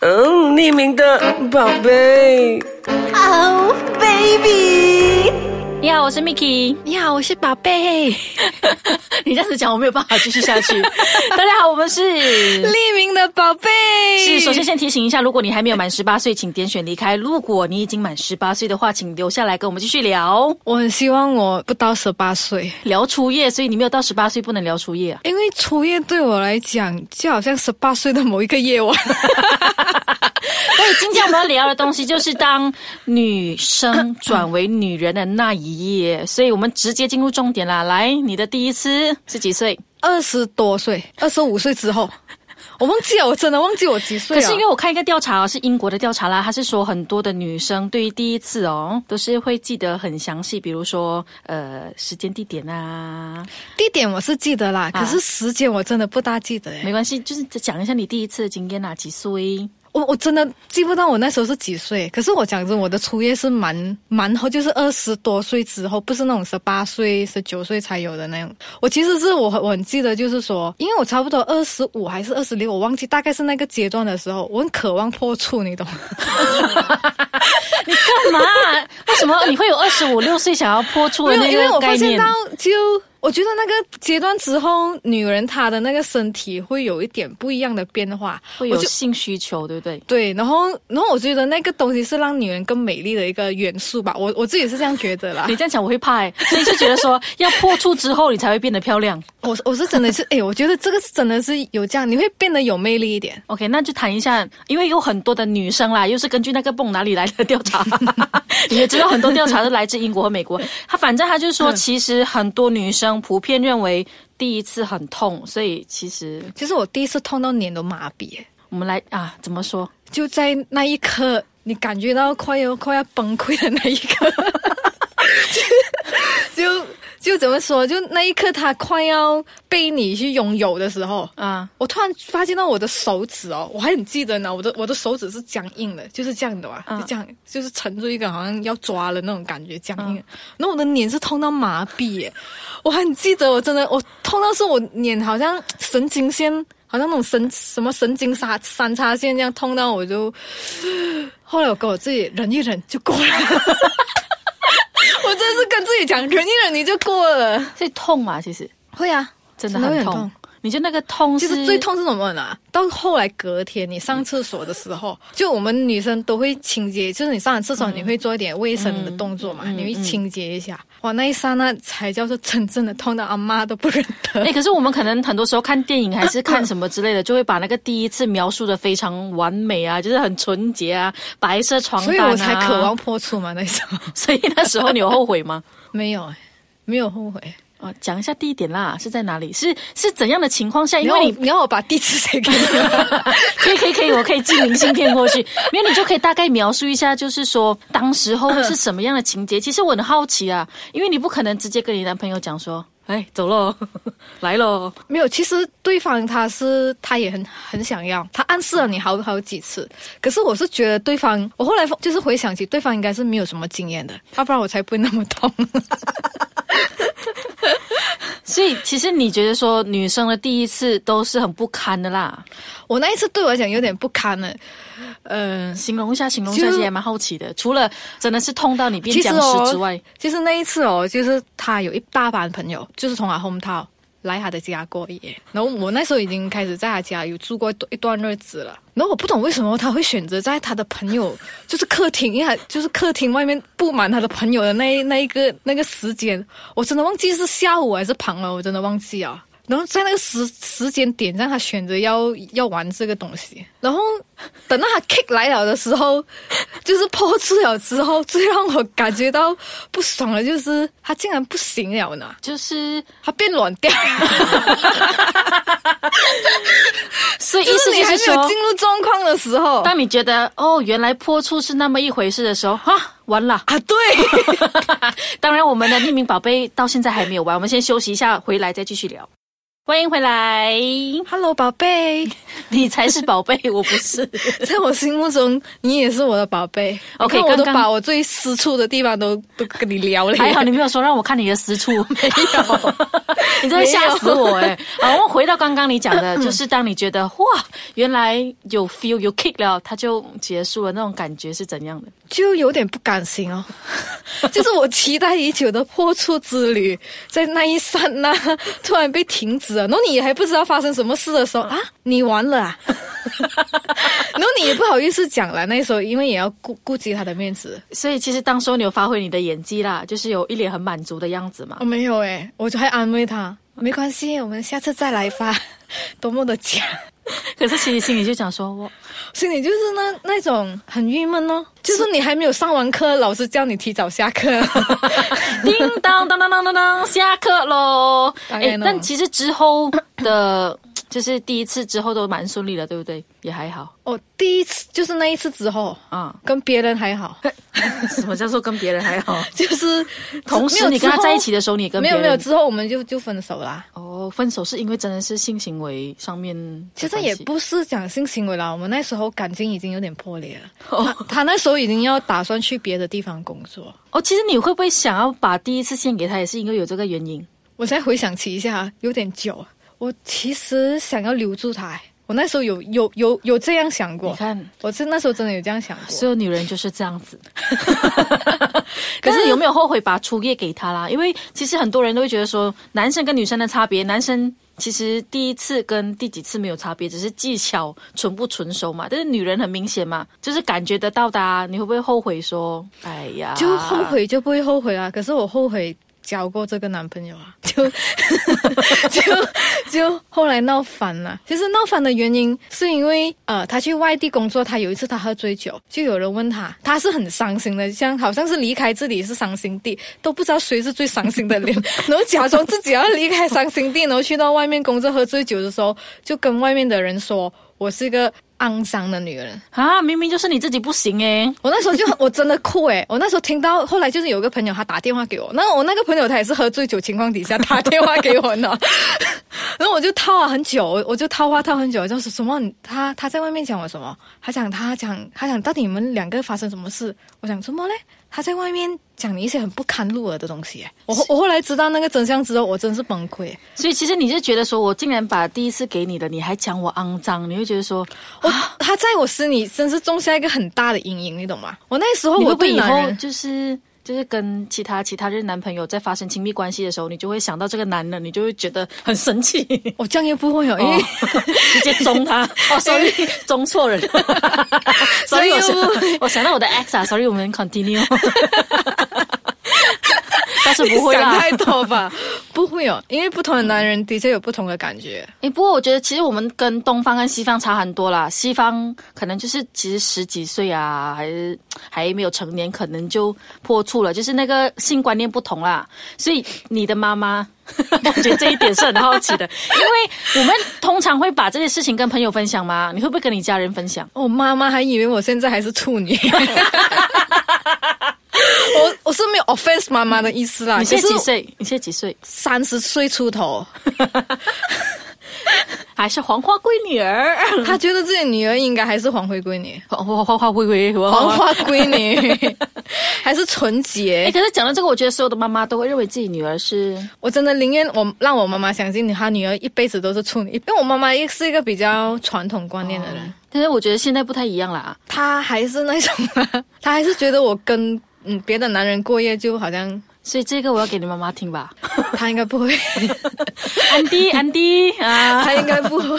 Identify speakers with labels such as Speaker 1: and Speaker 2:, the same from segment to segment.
Speaker 1: 嗯，匿名的宝贝。
Speaker 2: Oh baby，
Speaker 3: 你好，我是 Miki。
Speaker 2: 你好，我是宝贝。
Speaker 3: 你这样子讲，我没有办法继续下去。大家好，我们是
Speaker 2: 匿名的宝贝。
Speaker 3: 是，首先先提醒一下，如果你还没有满十八岁，请点选离开；如果你已经满十八岁的话，请留下来跟我们继续聊
Speaker 2: 我很希望我不到十八岁，
Speaker 3: 聊初夜。所以你没有到十八岁，不能聊初夜啊。
Speaker 2: 因为初夜对我来讲就好像十八岁的某一个夜晚。
Speaker 3: 所以今天我们要聊的东西就是当女生转为女人的那一夜，所以我们直接进入重点啦。来，你的第一次是几岁？
Speaker 2: 二十多岁，二十五岁之后，我忘记了，我真的忘记我几岁
Speaker 3: 可
Speaker 2: 了。
Speaker 3: 是因为我看一个调查、哦，是英国的调查啦，他是说很多的女生对于第一次哦，都是会记得很详细，比如说呃时间、地点啊，
Speaker 2: 地点我是记得啦，
Speaker 3: 啊
Speaker 2: 可是时间我真的不大记得欸诶。
Speaker 3: 没关系，就是讲一下你第一次的经验啊，几岁？
Speaker 2: 我我真的记不到我那时候是几岁，可是我讲真，我的初夜是蛮蛮后，就是二十多岁之后，不是那种十八岁、十九岁才有的那种。我其实是我很我很记得，就是说，因为我差不多二十五还是二十六，我忘记大概是那个阶段的时候，我很渴望破处，你 懂吗？
Speaker 3: 干嘛？为什么你会有二十五六岁想要破处的那
Speaker 2: 没有，因为
Speaker 3: 个
Speaker 2: 我
Speaker 3: 概
Speaker 2: 发现
Speaker 3: 念
Speaker 2: 到？就。我觉得那个阶段之后，女人她的那个身体会有一点不一样的变化，
Speaker 3: 会
Speaker 2: 我
Speaker 3: 有
Speaker 2: 就
Speaker 3: 性需求，对不对？
Speaker 2: 对，然后然后我觉得那个东西是让女人更美丽的一个元素吧，我我自己是这样觉 得啦
Speaker 3: 你。这样讲我会怕、欸，所以就觉得说要破处之后你才会变得漂亮。
Speaker 2: 我我是真的是，哎、我觉得这个是真的是有这样，你会变得有魅力一点。
Speaker 3: OK，那就谈一下，因为有很多的女生啦，又是根据那个蹦哪里来的调 查，你也知道很多调查是来自英国和美国。他反正他就
Speaker 2: 嗯
Speaker 3: 说，其实很多女生普遍认为第一次很痛，所以其实
Speaker 2: 其实我第一次痛到脸都麻痹，诶
Speaker 3: 我们来啊，怎么说？
Speaker 2: 就在那一刻，你感觉到快要快要崩溃的那一刻， 就就就怎么说，就那一刻他快要被你去拥有的时候，
Speaker 3: 啊，
Speaker 2: 我突然发现到我的手指哦，我还很记得呢，我的我的手指是僵硬的，就是这样的吧，啊
Speaker 3: 嗯
Speaker 2: 就这样，就是沉住一个好像要抓了那种感觉，僵硬。然后我的脸是痛到麻痹耶，我还很记得，我真的我痛到是我脸好像神经线，好像那种神什么神经杀三叉线这样痛到我就，后来我跟我自己忍一忍就过 了。我真的是跟自己讲，忍一忍你就过了。
Speaker 3: 所以痛嘛，其实
Speaker 2: 会啊，
Speaker 3: 真的
Speaker 2: 真的会
Speaker 3: 很
Speaker 2: 很
Speaker 3: 痛。
Speaker 2: 痛
Speaker 3: 你就那个痛
Speaker 2: 其
Speaker 3: 是
Speaker 2: 实最痛是什么呢？到后来隔天你上厕所的时 候，就我们女生都会清洁，就是你上完厕所你会做一点卫生的动作嘛，你会清洁一下。哇，那一刹那才叫做真正的痛到阿妈都不认得
Speaker 3: 哎、。可是我们可能很多时候看电影还是看什么之类的，就会把那个第一次描述的非常完美啊，就是很纯洁啊，白色床
Speaker 2: 所
Speaker 3: 单、
Speaker 2: 以
Speaker 3: 啊、
Speaker 2: 我才渴望。破处嘛，那时候
Speaker 3: 所以那时候你有后悔吗？
Speaker 2: 没有，哎没有后悔。
Speaker 3: 啊，讲一下地点啦，是在哪里？是是怎样的情况下？因
Speaker 2: 你要
Speaker 3: 为
Speaker 2: 我
Speaker 3: 你
Speaker 2: 你要我把地址写给你 吗
Speaker 3: 可以可以可以，我可以寄明信片 过去，没有你就可以大概描述一下，就是说当时候是什么样的情节。其实我很好奇啊，因为你不可能直接跟你男朋友讲说，哎，走喽， 来喽，
Speaker 2: 没有，其实对方他是他也很很想要，他暗示了你好好几次。可是我是觉得对方，我后来就是回想起对方应该是没有什么经验的，要不然我才不会那么痛。
Speaker 3: 所以其实你觉得说女生的第一次都是很不堪的啦，
Speaker 2: 我那一次对我来讲有点不堪了，嗯、
Speaker 3: 形容一下，形容一下，
Speaker 2: 就
Speaker 3: 其实也蛮好奇的。除了真的是痛到你变僵尸之外，
Speaker 2: 其实那一次哦，就是他有一大班朋友，就是从他 home town 来他的家过夜，然后我那时候已经开始在他家有住过一一段日子了，然后我不懂为什么他会选择在他的朋友，就是客厅，因为他就是客厅外面布满他的朋友的那一那一个那个时间，我真的忘记是下午还是傍了，我真的忘记啊。然后在那个时时间点让他选择要要玩这个东西，然后等到他 kick 来了的时候，就是破处了之后，最让我感觉到不爽的就是他竟然不行了呢，
Speaker 3: 就是
Speaker 2: 他变软掉了，
Speaker 3: 所以意
Speaker 2: 就
Speaker 3: 思
Speaker 2: 是你
Speaker 3: 就
Speaker 2: 还
Speaker 3: 是
Speaker 2: 没有
Speaker 3: 说
Speaker 2: 进，入状况的时候
Speaker 3: 当你觉得哦，原来破处是那么一回事的时候，哈，完了。
Speaker 2: 啊，对，
Speaker 3: 当然，我们的匿名宝贝到现在还没有完，我们先休息一下，回来再继续聊。欢迎回来，
Speaker 2: Hello，宝 贝，
Speaker 3: 你才是宝贝，我不是。
Speaker 2: 在我心目中，你也是我的宝贝。
Speaker 3: OK，
Speaker 2: 你看我都
Speaker 3: 刚刚
Speaker 2: 把我最私处的地方都都跟你聊了。
Speaker 3: 还好你没有说让我看你的私处，没有，你真的吓死我哎、好，我们回到刚刚你讲的，就是当你觉得哇，原来有 feel 有 kick 了，它就结束了，那种感觉是怎样的？
Speaker 2: 就有点不甘心哦， 就是我期待已久的破处之旅，在那一刹那突然被停止了，然后你也还不知道发生什么事的时候啊，你完了啊， 然后你也不好意思讲了，那时候因为也要顾顾及他的面子，
Speaker 3: 所以其实当时候你有发挥你的演技啦，就是有一脸很满足的样子嘛
Speaker 2: 我、。哦没有诶，我就还安慰他，没关系，我们下次再来吧， 多么的假，
Speaker 3: 可是其实心里就想说，我
Speaker 2: 心里就是那那种很郁闷哦，就是你还没有上完课，老师叫你提早下 课。
Speaker 3: 叮当当当当当当，下课喽！
Speaker 2: 大
Speaker 3: 哎
Speaker 2: 概，那
Speaker 3: 但其实之后的， 就是第一次之后都蛮顺利的，对不对？也还好
Speaker 2: 我哦第一次就是那一次之后，。
Speaker 3: 啊
Speaker 2: 跟别人还好，
Speaker 3: 什么叫做跟别人还好？
Speaker 2: 就是
Speaker 3: 同时你跟他在一起
Speaker 2: 的
Speaker 3: 的时候，你跟
Speaker 2: 没
Speaker 3: 别
Speaker 2: 有
Speaker 3: 人
Speaker 2: 没有之后我们就就分手啦。
Speaker 3: 哦，分手是因为真的是性行为上面的
Speaker 2: 其实
Speaker 3: 关
Speaker 2: 也
Speaker 3: 系
Speaker 2: 不是讲性行为啦，我们那时候感情已经有点破裂了。他他那时候已经要打算去别的地方工作。
Speaker 3: 哦。其实你会不会想要把第一次献给他，也是因为有这个原因？
Speaker 2: 我现在回想起一下，有点久。我其实想要留住他，我那时候有有有有这样想
Speaker 3: 你
Speaker 2: 过。
Speaker 3: 看，
Speaker 2: 我是那时候真的有这样想过。
Speaker 3: 所有女人就是这样 子。可是有没有后悔把初夜给他啦？因为其实很多人都会觉得说，男生跟女生的差别，男生其实第一次跟第几次没有差别，只是技巧纯不纯熟嘛。但是女人很明显嘛，就是感觉得到的、啊。你会不会后悔说，哎呀，
Speaker 2: 就后？悔就不会后悔啦。啊可是我后悔交过这个男朋友啊， 就就就后来闹翻了。其实闹翻的原因是因为呃，他去外地工作，他有一次他喝醉酒，就有人问他，他是很伤心的，像好像是离开这里是伤心地，都不知道谁是最伤心的人，然后假装自己要离开伤心地，然后去到外面工作，喝醉酒的时候就跟外面的人说我是一个肮脏的女人。
Speaker 3: 啊，明明就是你自己不行欸诶、
Speaker 2: 我那时候就很我真的哭诶、我那时候听到后来就是有一个朋友他打电话给我，那我那个朋友他也是喝醉酒情况底下打电话给我呢， 然后我就套啊很久，我我就套话套很久，就是什么你他他在外面讲我什么，他讲他讲他讲到底你们两个发生什么事，我讲什么嘞？他在外面讲你一些很不堪入耳的东西、欸，
Speaker 3: 哦
Speaker 2: 我后我后来知道那个真相之后，我真是崩溃、
Speaker 3: 所以其实你就觉得说，我竟然把第一次给你的，你还讲我肮脏，你会觉得说，
Speaker 2: 我他在我心里真是种下一个很大的阴影，你懂吗？我那时候
Speaker 3: 你会
Speaker 2: 哦我
Speaker 3: 不会
Speaker 2: 对
Speaker 3: 以
Speaker 2: 男
Speaker 3: 后
Speaker 2: 人
Speaker 3: 就是就是跟其他其他就是男朋友在发生亲密关系的时候，你就会想到这个男人，你就会觉得很生气，
Speaker 2: 我这样也不会哦，因 为、
Speaker 3: 哦直接中他。 哦，sorry，中 错人。
Speaker 2: 所
Speaker 3: sorry，
Speaker 2: 以
Speaker 3: 我
Speaker 2: 又不
Speaker 3: 想我想到我的 ex 啊，sorry，我们 continue。但是不会
Speaker 2: 想
Speaker 3: 啦，
Speaker 2: 太多吧？啊 不会哦，因为不同的男人的确有不同的感觉。
Speaker 3: 诶，不过我觉得其实我们跟东方跟西方差很多啦。西方可能就是其实十几岁啊，还是还没有成年，可能就破处了，就是那个性观念不同啦。所以你的妈妈， 我觉得这一点是很好奇的，因为我们通常会把这些事情跟朋友分享吗？你会不会跟你家人分享？
Speaker 2: 我哦妈妈还以为我现在还是处 女。我我是没有 offense 妈妈的意思啦，
Speaker 3: 你现在几
Speaker 2: 啊可是
Speaker 3: 岁？你现在几岁？
Speaker 2: 三十岁出 头，
Speaker 3: 还是黄花闺女儿？
Speaker 2: 她觉得自己女儿应该还是 黄灰闺女，
Speaker 3: 黄花花花闺闺，
Speaker 2: 黄花闺 女，还是纯洁
Speaker 3: 哎，。可是讲到这个，我觉得所有的妈妈都会认为自己女儿是
Speaker 2: 我真的宁愿我让我妈妈相信她女儿一辈子都是处女，因为我妈妈也是一个比较传统观念的人。
Speaker 3: 但是我觉得现在不太一样啦。
Speaker 2: 他还是那种，他还是觉得我跟嗯别的男人过夜就好像
Speaker 3: 所以这个我要给你妈妈听吧。
Speaker 2: 他应该不 会，
Speaker 3: 安迪，安迪啊，
Speaker 2: 他应该不会，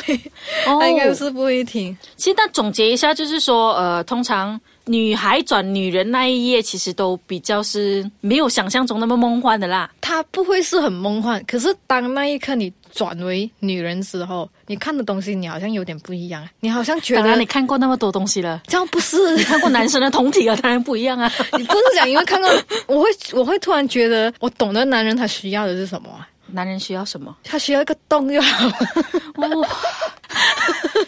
Speaker 3: 哦
Speaker 2: 他应该是不会听。
Speaker 3: 其实那总结一下，就是说，呃，通常女孩转女人那一页，其实都比较是没有想象中那么梦幻的啦。
Speaker 2: 他不会是很梦幻，可是当那一刻你转为女人之后，你看的东西你好像有点不一样，你好像觉
Speaker 3: 当
Speaker 2: 得
Speaker 3: 然，你看过那么多东西了，
Speaker 2: 这样不 是。
Speaker 3: 看过男生的酮体啊， 当然不一样啊。
Speaker 2: 你不是讲，因为看到我会，我会突然觉得，我懂得男人他需要的是什么啊，
Speaker 3: 男人需要什 么？
Speaker 2: 他需要一个洞就好了。
Speaker 3: 哇、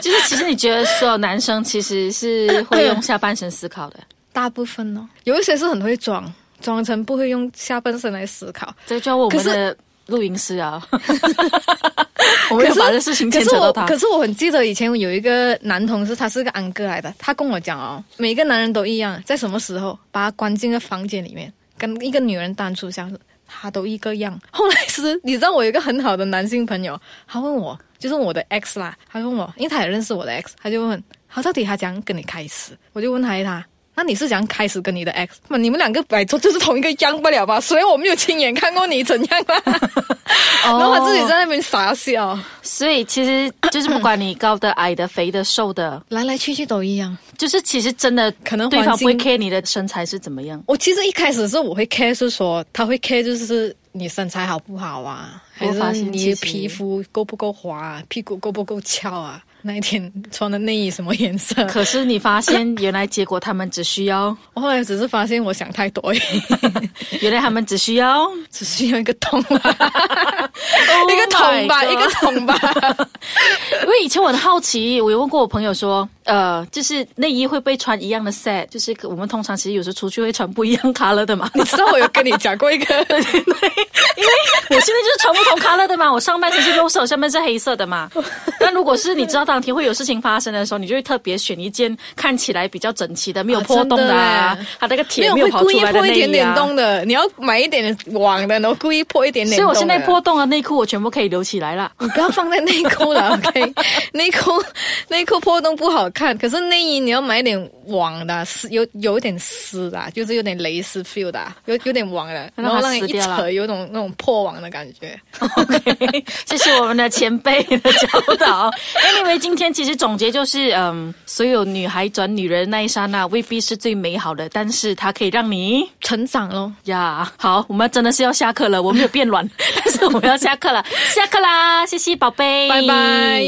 Speaker 3: 就是其实你觉得所有男生其实是会用下半身思考的，
Speaker 2: 大部分哦，有一些是很会装，装成不会用下半身来思考，
Speaker 3: 这就我们的录音师 啊，我
Speaker 2: 我
Speaker 3: 没有把这事情牵扯到他
Speaker 2: 可是我，可是我很记得以前有一个男同事，他是个安哥来的，他跟我讲哦，每个男人都一样，在什么时候把他关进个房间里面，跟一个女人单独相处，他都一个样。后来是，你知道我有一个很好的男性朋友，他问我，就是我的 X 啦，他问我，因为他也认识我的 X，他就问，他到底他怎样跟你开始？我就问他一哎他。那你是怎样开始跟你的 X？你们两个摆出就是同一个样不了吧？虽然我没有亲眼看过你怎样 啦，然后他自己在那边傻笑。
Speaker 3: 所以其实就是不管你高的、矮的、肥的、瘦的，
Speaker 2: 来来去去都一样。
Speaker 3: 就是其实真的
Speaker 2: 可能
Speaker 3: 对方
Speaker 2: 环
Speaker 3: 不
Speaker 2: 境
Speaker 3: 会 care 你的身材是怎么样。
Speaker 2: 我其实一开始是我会 care，就是说他会 care，就是你身材好不好啊，还
Speaker 3: 我发
Speaker 2: 是
Speaker 3: 现
Speaker 2: 你
Speaker 3: 其实
Speaker 2: 皮肤够不够滑、啊，屁股够不够翘啊，那一天穿的内衣什么颜 色。
Speaker 3: 可是你发现，原来结果他们只需要，
Speaker 2: 我后来只是发现我想太多 而已，
Speaker 3: 原来他们只需要 Oh
Speaker 2: 只需要一个桶吧， 一个
Speaker 3: my
Speaker 2: 桶吧，
Speaker 3: God
Speaker 2: 一个桶吧。
Speaker 3: 因为以前我很好奇，我有问过我朋友说，呃，就是内衣会不会穿一样的 set？就是我们通常其实有时出去会穿不一样 color 的嘛。
Speaker 2: 你知道我有跟你讲过一个，
Speaker 3: 我现在就是穿不同 color 的嘛，我上半身是肉色，下半身是黑色的 嘛。但如果是你知道当天会有事情发生的时候，你就会特别选一件看起来比较整齐的，没有
Speaker 2: 啊
Speaker 3: 破洞的啊
Speaker 2: 真的耶，
Speaker 3: 它那个
Speaker 2: 没
Speaker 3: 铁
Speaker 2: 有
Speaker 3: 没有
Speaker 2: 会
Speaker 3: 跑
Speaker 2: 故
Speaker 3: 出
Speaker 2: 意
Speaker 3: 来的
Speaker 2: 破一
Speaker 3: 内
Speaker 2: 点
Speaker 3: 衣
Speaker 2: 点
Speaker 3: 啊。
Speaker 2: 洞的，你要买一点网的，然后故意破一点点
Speaker 3: 所以
Speaker 2: 洞
Speaker 3: 我
Speaker 2: 的。
Speaker 3: 现在破洞的内裤，我全部可以留起来 啦。
Speaker 2: 你不要放在内裤了，OK？内裤内裤破洞不好看，可是内衣你要买一点网的，丝有有一点丝的，啊就是有点蕾丝 feel 的，啊有有点网的，
Speaker 3: 让它
Speaker 2: 然后让人
Speaker 3: 撕
Speaker 2: 一
Speaker 3: 掉啦
Speaker 2: 扯有种那种破网的感觉。
Speaker 3: OK，谢谢我们的前辈的教导。Anyway，今天其实总结就是，嗯，所有女孩转女人那一刹那未必是最美好的，但是它可以让你
Speaker 2: 成长咯，
Speaker 3: 呀。好，我们真的是要下课 了，我没有变软，但是我们要下课了，下课啦，谢谢宝贝，
Speaker 2: 拜拜。